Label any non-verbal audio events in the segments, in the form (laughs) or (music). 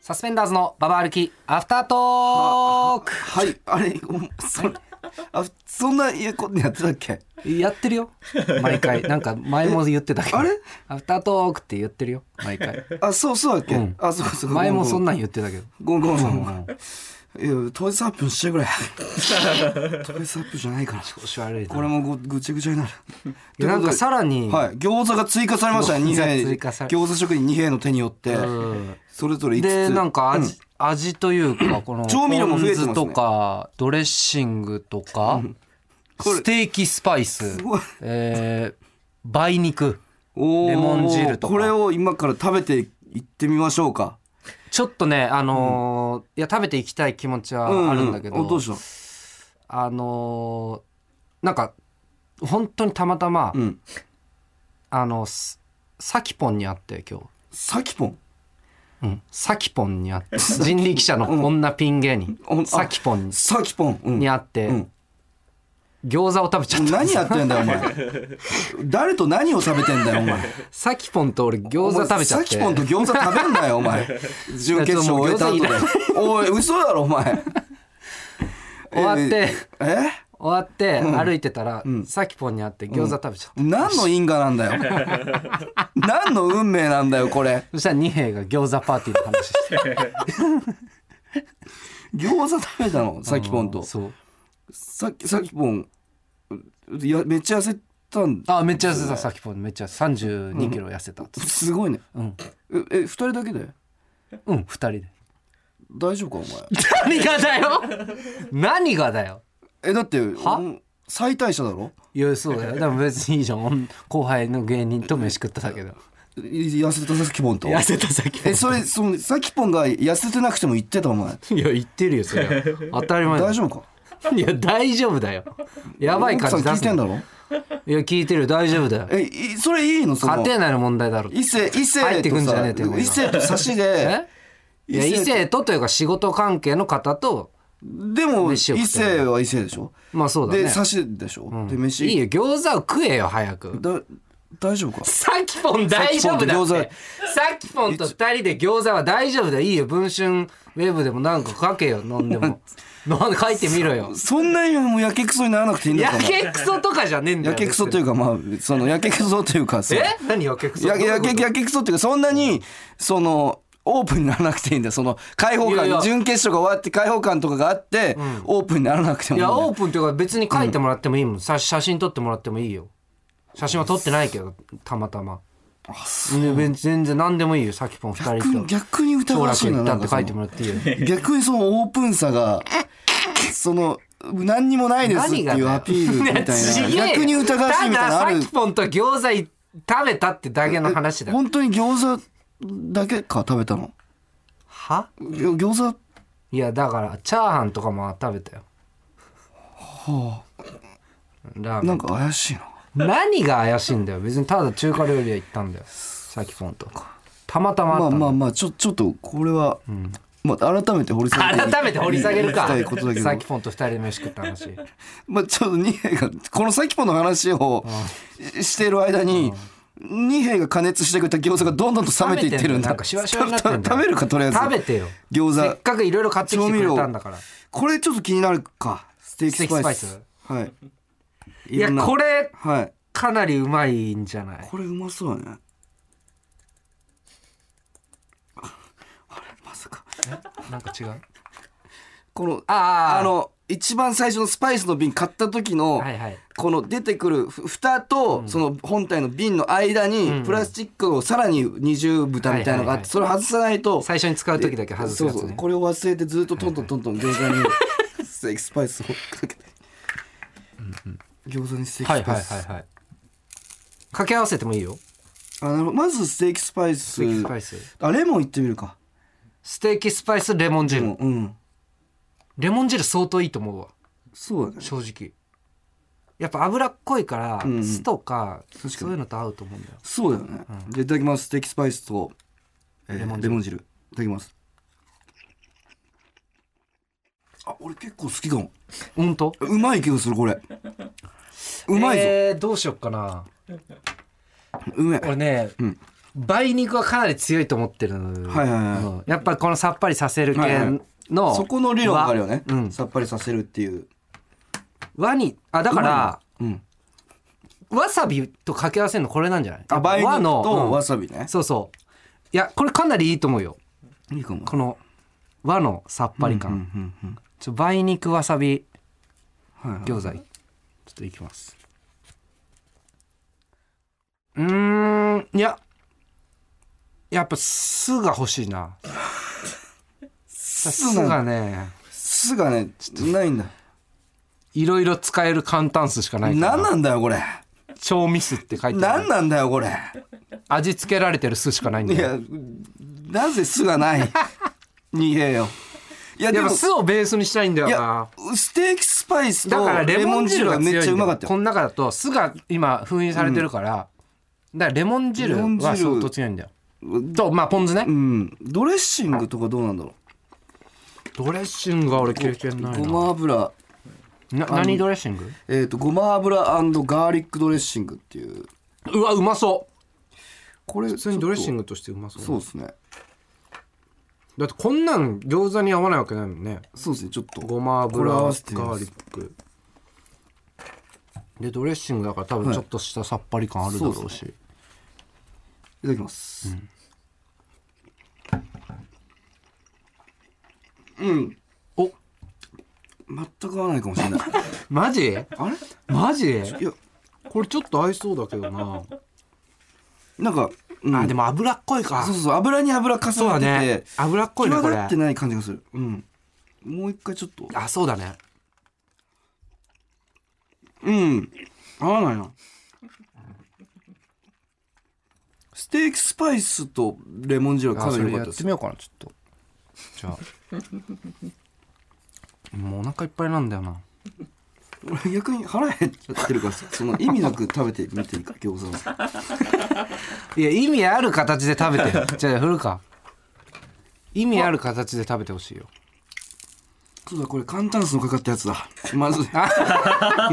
サスペンダーズのババ歩きアフタートークはいあれおそれあそんなやことやってたっけやってる (laughs) よ毎回なんか前も言ってたけどえあれアフタートークって言ってるよ毎回あそうそうだっけ、んあそうそう前もそんななん言ってたけどごめんごめんごめんごめんいや当日発表してくれ当日発表じゃないから調子悪いなこれもごぐちゃぐちゃになるいやなんかということでさらにはい、餃子が追加されましたね餃二子が兵衛追加され餃子職人二兵衛の手によってうんそれぞれ5つでなんか味,、味というかこの調味料も増えてますねポン酢とかドレッシングとか、これステーキスパイスごい、えー、梅肉おーレモン汁とかこれを今から食べていってみましょうかちょっとねあのーいや食べていきたい気持ちはあるんだけど、ううおどうしたあのーなんか本当にたまたま、うんあのすサキポンに会って今日。サキポンうん、サキポンに会って人力車の女ピン芸人、うんサキポンにサキポン、うんに会って、うん餃子を食べちゃったんです何やってんだよお前誰と何を食べてんだよお前サキポンと俺餃子食べちゃってお前サキポンと餃子食べんなよお前準決勝終えた後でいやおい嘘だろお前終わってえ終わって歩いてたら、んサキポンに会って餃子食べちゃった、何の因果なんだよ何の運命なんだよこれそしたら二兵が餃子パーティーの話して餃子食べたのサキポンとそうささきぽんいやめっちゃ痩せたんあめっちゃ痩せたサキポンめっちゃ3 2キロ痩せたっつってすごいねうんええ二人だけでうん二人で大丈夫かお前 (laughs) 何がだよ何がだよえだってはうん最大者だろいやそうだ (laughs) よでも別にいいじゃんおん後輩の芸人と飯食っただけどい (laughs) 痩せたさきぽんと痩せたサキポンえそれそのさきぽんが痩せてなくても言ってたお前 (laughs) いや言ってるよそれは当 (laughs) たり前だ大丈夫かいや大丈夫だよやばい奥さ感んじ出聞いすてんだのろいや聞いてるよ大丈夫だよえいそれいいのそ家の庭内の問題だろ異性異性入ってとくんじゃさねえってお前異性と差しで (laughs) えいや異異性と性とというか仕事関係の方とでも異飯を食って性は異性でしょまあそうだねで差しでしょで飯いいよ餃子を食えよ早くだ大丈夫かさきぽん大丈夫だっさきぽんと餃てさきぽんと二人で餃子は大丈夫だよいいよ文春ウェブでもなんか書けよ飲んで (laughs) もなん書いてみろよそんなにもうやけくそにならなくていいんだやからけくそとかじゃねえんだやよけくそといううかまあそのやけくそというかそのえ何やけくそやけやどういうこけとやけくそっていうかそんなにそのオープンにならなくていいんだよその開放いやいや感準決勝が終わって開放感とかがあってオープンにならなくてもいいいんやだよオープンというか別に書いてもらってもいいもん、さ写真撮ってもらってもいいよ写真は撮ってないけどたまたまね別に全然何でもいいよさきぽん二逆人にと逆に疑長わしい楽行ったっななんてかそ書のいてもらっていいよ逆にそのオープンさがその何にもないですって何いがうだよアピールみたいやな違えよ逆に疑わしいみたいなのあただるさきぽんと餃子い食べたってだけの話だよ本当に餃子だけか食べたのは餃餃子いやだからチャーハンとかも食べたよラーメなンんか怪しいな何が怪しいんだよ別にただ中華料理屋行ったんだよさきぽんとたまたまあっまあたんだまあまあちょちょっとこれは、まあ、改めて掘り下げて改めて掘り下げるかいきたいことだけどさっきポンと二人で飯食った話まあ、ちょっと二兵がこの先っぽの話をししている間に二兵が加熱してくれた餃子がどんどんと冷めていってるんだなんかシワシワになってんだよた食べるかとりあえず食べてよせ餃っ子かくいろいろ買ってきてくれたんだからこれちょっと気になるかステーキスパイスステーキはいいろやんなこれはいかなりうまいんじゃないこれうまそうだねあれまさかなんか違うこのあーあの一番最初のスパイスの瓶買った時の、はいはいこの出てくるふ蓋とその本体の瓶の間にプラスチックをさらに二重蓋みたいなのがあってそれ外さないと最初に使う時だけ外すやつそうそうねこれを忘れてずっとトントントントン餃子にステーキスパイスをかけて餃子にステーはキいスパはいイスはいはい掛け合わせてもいいよあなるほどまずステーキスパイスステーキスパイスあレモンいってみるかステーキスパイスレモンう汁んうんレモン汁相当いいと思うわそうだね正直やっぱ脂っこいからん酢とかかにそういうのと合うと思うんだよそうだよねじゃあいただきますステーキスパイスとえーレモン汁レモン汁いただきますあ俺結構好きかも本当うまい気がするこれ (laughs) うまいぞ、えーどうしよっかなうめえ俺ね、ん梅肉はかなり強いと思ってるの、はいはいはいうんやっぱこのさっぱりさせる系の、はいはいそこの理論があるよね、和うん、さっぱりさせるっていう和にあだからうんわさびと掛け合わせるのこれなんじゃないあ梅和肉のとわうさびねん、そうそういやこれかなりいいと思うよいいかもこの和のさっぱり感、うんうんちょ梅肉わさびうんはいはい餃子ちょっといきますうーんいややっぱ酢が欲しい (laughs) な酢なのがね酢がねちょっとないんだいろいろ使える簡単酢しかないから何なんだよこれ調味酢って書いてあ何るなんだよこれ味付けられてる酢しかないんいだよやなぜ酢がない (laughs) にげよいやでやっもぱ酢をベースにしたいんだよいなやステーキスパイスだかとらレレモモンン汁汁ががめめっっちちゃゃううままかかっったたよこの中だと酢が今封印されてるから、だからレモン汁レモン汁は相当強いんだよとまあポン酢ね、うんドレッシングとかどうなんだろドレッシングは俺経験なういごなま油な何ドレッシングえっ、とごま油ガーリックドレッシングっていううわうまそうこれ普普通にドレッシンググとしてうまそうそうですねだってこんなん餃子に合わないわけないもんねそうですねちょっとごまこれ油合ガわせてみまーすリックでドレッシングだから多分ちょっとしたさっぱり感あるだろうし、いただきますお全く合わないかもしれない (laughs) マジあれマジいやこれちょっと合いそうだけどな、なんか、うん、あでも脂っこいかそうそう油に油重そうだなってねて脂っこいね際こ立ってれない感じがするうんもう一回ちょっとあそうだねうん合わないなステーキスパイスとレモン汁はあかそなりれ良やかったっですてみようかなちょっとじゃあもうお腹いっぱいなんだよな俺逆に腹減っちゃってるからさその意味なく食べてみていいか餃子をいや意味ある形で食べてよじゃあ振るか意味ある形で食べてほしいよそうだこれ簡単酢のかかったやつだまずい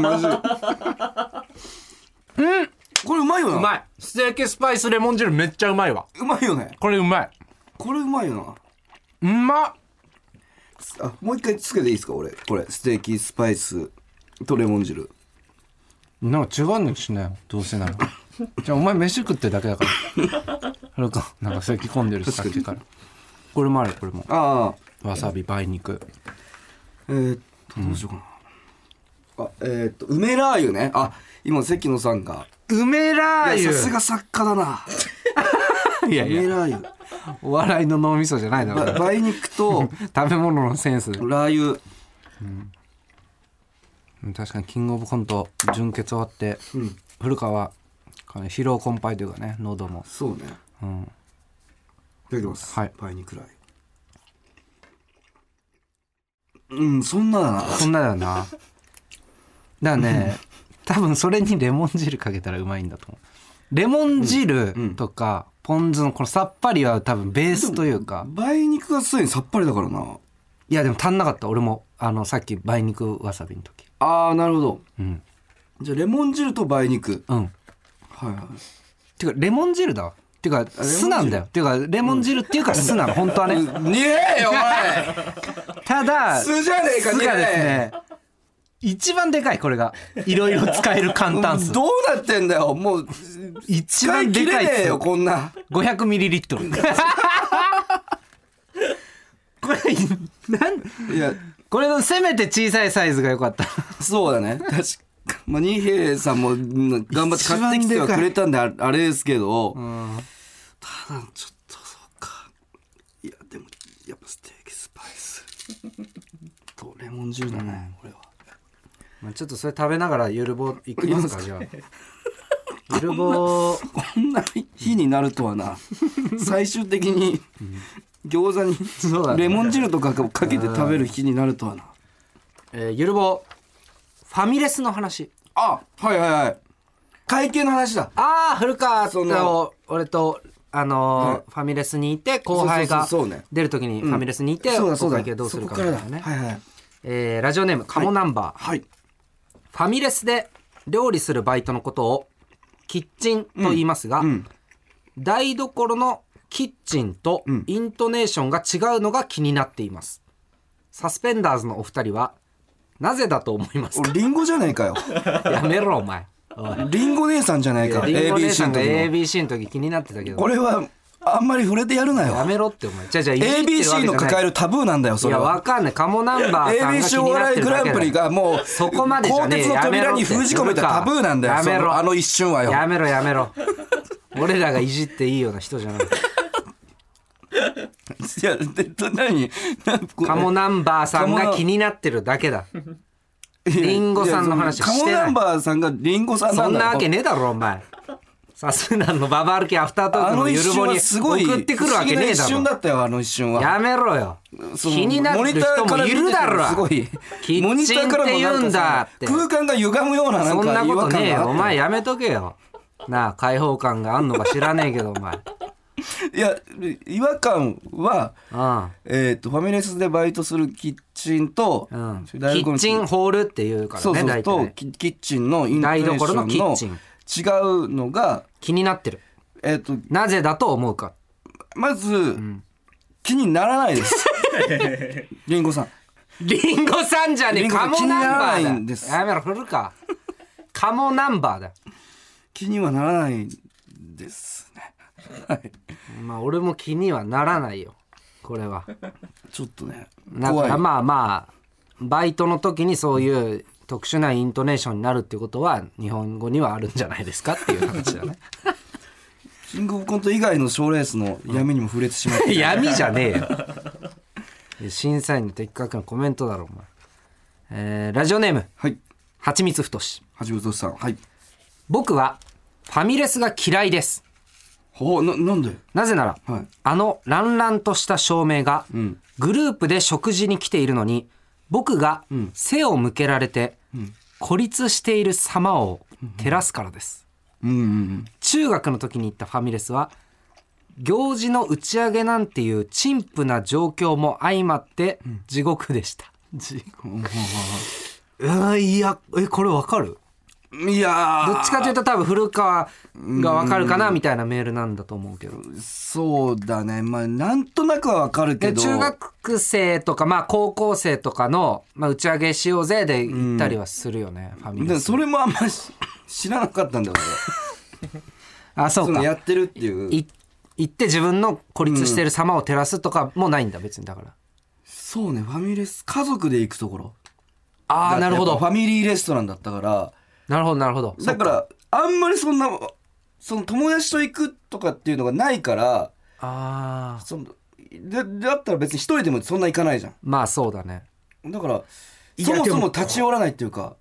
まずいうんこれうまいよなうまいステーキスパイスレモン汁めっちゃうまいわうまいよねこれうまいこれうまいようまっなあもう一回つけていいですか俺これステーキスパイスとレモン汁なんか違うのにしなよどうせな (laughs) らじゃあお前飯食ってるだけだから (laughs) 振るかなんか咳き込んでるしさっきからこれもあるこれもああわさび梅肉えー、っとどうしようかな、あえー、っと梅ラー油ねあ今関野さんが梅ラいやーさすが作家だないやい梅やラー油お笑いの脳みそじゃないだろば梅肉と食べ物のセンスラー油確かにキングオブコント準決終わって、古川かね疲労困憊というかね喉もそうねうんいただきますはい梅肉ラー油うんそんなだなこんなだよなだからね多分それにレモン汁かけたらうまいんだと思うレモン汁とかポン酢のこのさっぱりは多分ベースというか梅肉がすでにさっぱりだからないやでも足んなかった俺もあのさっき梅肉わさびの時ああなるほどうんじゃあレモン汁と梅肉うんはいはいてかレモン汁だわてかモン汁酢なんだよてかレモン汁っていうから酢なの本当はねにえよ (laughs) おただい酢じゃねえか酢にがですえね一番でかいこれがいろいろ使える簡単酢どうなってんだよもう一使い番切でかれいねっえすよよこんな500ミリリットルこれなんいやこれのせめて小さいサイズが良かったそう (laughs) だね確かまあ二平さんもうん頑張って買ってきてはくれたんでああれですけどただちょっとそうかいやでもやっぱステーキスパイスとレモン汁だねこれはまあちょっとそれ食べながらゆるぼいきますかじゃ (laughs) あゆるぼこんな日になるとはな最終的に餃子にうだねレモン汁とかをかけて食べる日になるとはなえーゆるぼファミレスの話あはいはいはい会計の話だああ古川そそのの俺とあのーファミレスにいて後輩がそうそうそうそうね出るときにファミレスにいてそうだそおうだ会計どうするそかこかみらたいだなはいねはいえーラジオネームカモナンバーはいファミレスで料理するバイトのことをキッチンと言いますが、うん台所のキッチンとうんイントネーションが違うのが気になっています、サスペンダーズのお二人はなぜだと思います俺リンゴじゃねえかよかやめろお前おいリンゴ姉さんじゃないかリンゴ姉さ ABC んのが時の ABC の時気になってたけどこれはあんまり触れてやるなやよめろってお前じゃあじゃあいじってるわ ABC けじゃのない抱えるタブーなんだよそいれやはわかんないカモナンバーさんが気 ABC おになっ笑ているグだラけンプだリよがもうそこまでじゃねえ鋼鉄の扉やめにろって封じ込めたタブーなんだよやそめろのあの一瞬はよやめろやめろ俺らがいじっていいような人じゃない (laughs) いやでど何なんカモナンバーさんカモがナ気になってるだけだリリンゴさんの話してないカモナンバーさんがリンゴさんそなんんだなわけねえだろお前さすがのババ歩きアフタートーあクのの一ゆる瞬ぼはにすごい送ってくるわけねえだ不思議な一瞬ろだったよあの一瞬はやめろよその気になってる人もいるだろモニターから見ててもすごいキッチンって言うんだってモニターからもなんかさ空間が歪むようななんそんかな違こ和とね感えがあよったお前やめとけよなあ開放感があんのか知らねえけどお前いや違和感はうんえっとファミレスでバイトするキッチンとうん、キ台所ッのチンホールっていうからそうねそう大体とねキキッチンのイントネー台シ所のキッチョンンの違うのが気になってるえっとなぜだと思うかまず気にならな (laughs) いです。リンゴさん。リンゴさんじゃねリえンゴカさんモナン気にならバないんでーすだやめろ振る (laughs) かカモナンバーだ気にはならないですね。はい。まあ俺も気にはならないよこれはちょっとね。だか怖い。らまあまあバイトの時にそういう特殊なイントネーションになるってことは日本語にはあるんじゃないですかっていう話 (laughs) だねキングオブコント以外の賞レースの闇にも触れてしまって。闇じゃねえよいや審査員の的確なコメントだろお前、えーラジオネームはい。はちみつふとし橋本さん。はい。僕はファミレスが嫌いですほう、な、なんでなぜなら、はいあの乱々とした照明が、んグループで食事に来ているのに僕が背を向けられて、孤立している様を照らすからです、うんうんうん。中学の時に行ったファミレスは行事の打ち上げなんていう陳腐な状況も相まって地獄でした、地獄いやえこれわかるいやーどっちかというと多分古川がわかるかなみたいなメールなんだと思うけどそうだねまあなんとなくはわかるけでど中学生とか、まあ、高校生とかの、まあ、打ち上げしようぜで行ったりはするよね、ファミでレもスそれもあんまし知らなかったんだよ (laughs) あそ俺そうのかやってるっていうい行って自分の孤立してる様を照らすとかもないんだ別にだからそうねファミレス家族で行くところああなるほだってどやっぱファミリーレストランだったからなるほどなるほどだからあんまりそんなその友達と行くとかっていうのがないからああそのだだったら別に一人でもそんな行かないじゃまあそうだねんだからいやそもそでもも立ち寄らないっていうか、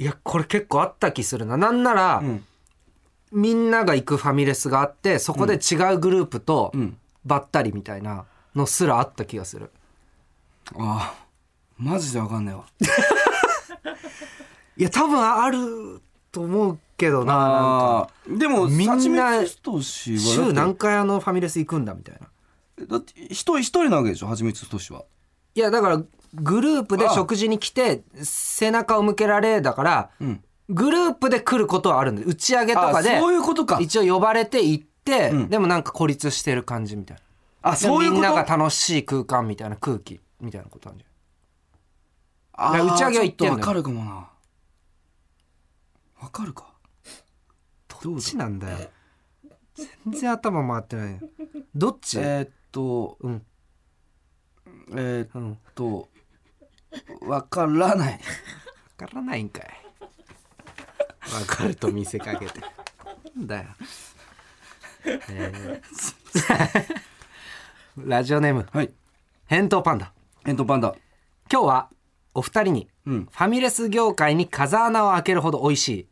いやこれ結構あった気するななんなら、うんみんなが行くファミレスがあってそこで違うグループとんばったりみたいなのすらあった気がするああマジでわかんないわいや多分あると思うけどななんかあーでもみんな幸光仁氏は週だっ何回あのファミレス行くんだみたいなてだって一人一人なわけでしょはちみつとしはいやだからグループで食事に来て背中を向けられだから、んグループで来ることはあるんで打ち上げとかであそういうことか一応呼ばれて行って、うんでもなんか孤立してる感じみたいなあそういうみこんなとが楽しい空間みたいな空気みたいなことなんじゃあー打ち上げは行ってんちのよょっとわかるかもなわかるかないどっちなんだよ全然頭回ってないどっち、えーっとうんえーっうんとわからないわからないん (laughs) かいわかると見せかけてなんだよ、えーラジオネームはい返答パンダエントパンダ今日はお二人にうんファミレス業界に風穴を開けるほど美味しい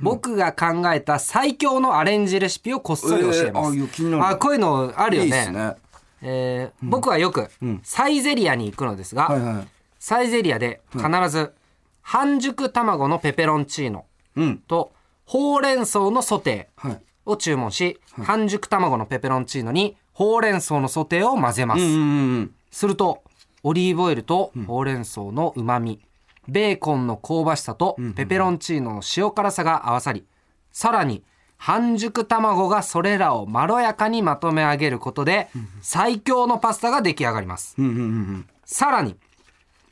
僕が考えた最強のアレンジレシピをこっそり教えまえーあいや気す、になるあこういうのあるよいねいっすねえー僕はよくんサイゼリアに行くのですが、はいはいサイゼリアで必ず半熟卵のペペロンチーノうんとほうれん草のソテーはいを注文し、半熟卵のペペロンチーノにほうれん草のソテーを混ぜます、うんうんうんするとオリーブオイルとほうれん草のうまみベーコンの香ばしさとペペロンチーノの塩辛さが合わさりさらに半熟卵がそれらをまろやかにまとめ上げることで最強のパスタが出来上がりますうんうんうんさらに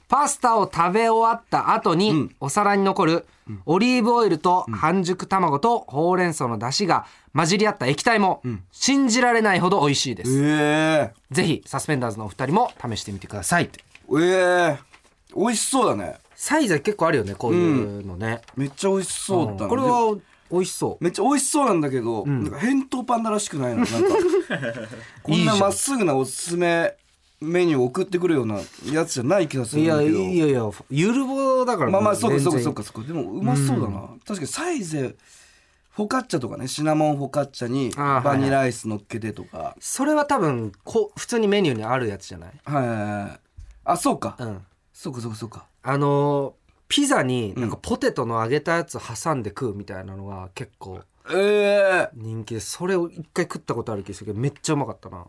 パスタを食べ終わった後に、お皿に残るオリーブオイルと半熟卵とほうれん草の出汁が混じり合った液体も、信じられないほど美味しいでうす、んえぜひサスペンダーズのお二人も試してみてくださいえええ美味しそうだねサイズ結構あるよねこういうのね、めっちゃ美味しそうだなこれでもは美味しそうめっちゃ美味しそうなんだけど、なんか返答パンダらしくないの (laughs) なんかこんなまっすぐなおすすめメニュー送ってくるようなやつじゃない気がするんいだやけどいやいやゆるぼだからまあまあそうか全そ然うかそうかそうかでもうまそうだな、確かにサイゼフォカッチャとかねシナモンフォカッチャにあーはいはバいニラアイス乗っけてとかそれは多分こう普通にメニューにあるやつじゃないはいはいはいあそうか、うんそうかそうかそうかあのーピザになんかポテトの揚げたやつ挟んで食うみたいなのが結構えー、人気でそれを一回食ったことある気がするけどめっちゃうまかったな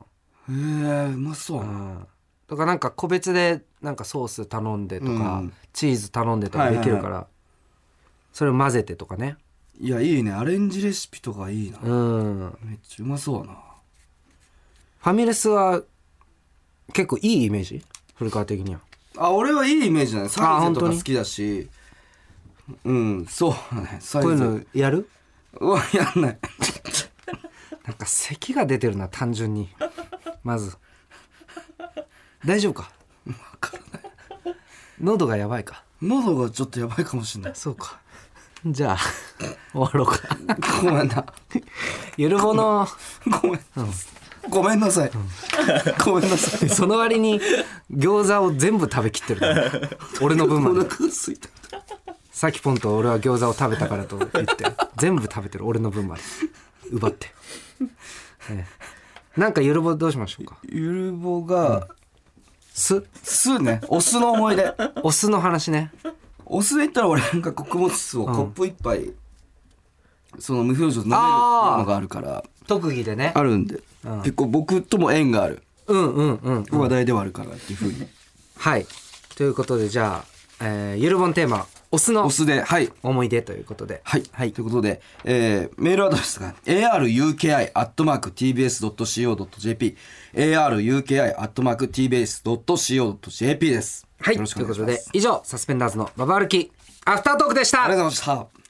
えー、うまそううな、んとかなんか個別でなんかソース頼んでとか、うんチーズ頼んでとかはいではいきはいるから、それを混ぜてとかねいやいいねアレンジレシピとかいいな、うんフめっちゃうまそうだなァミレスは結構いいイメージ古川的にはあ俺はいいイメージだねサイゼと本当かに好きだしうんそうだねサイこうゼいうのやるうわやんないなんか咳が出てるな単純にまず大丈夫か喉がやばいか喉がちょっとやばいかもしれないそうかじゃあ終わろう (laughs) かごめんなゆるぼのごめん、ごめんなさい、ごめんなさ (laughs) いその割に餃子を全部食べきってる (laughs) から俺の分まおで腹が空いたさっきポンと俺は餃子を食べたからと言って全部食べてる俺の分まで奪って、ええなんかゆるぼどうしましょうかゆるぼが、酢酢ねお酢の思い出お酢の話ねお酢で言ったら俺なんか穀物酢をコップ一杯、その無表情で飲めるあーのがあるから特技でねあるんで、結構僕とも縁があるうんうんうん話題ではあるかなっていうふうに、はい。ということで、じゃあ、えーゆるぼんテーマ、オスのお酢ではい思い出ということで。はい、ということで、えーメールアドレスが aruki.tbs.co.jp aruki.tbs.co.jp です。はい。よろしとくいおう願こといします。で、以上、サスペンダーズのババ歩き、アフタートークでしたありがとうございました。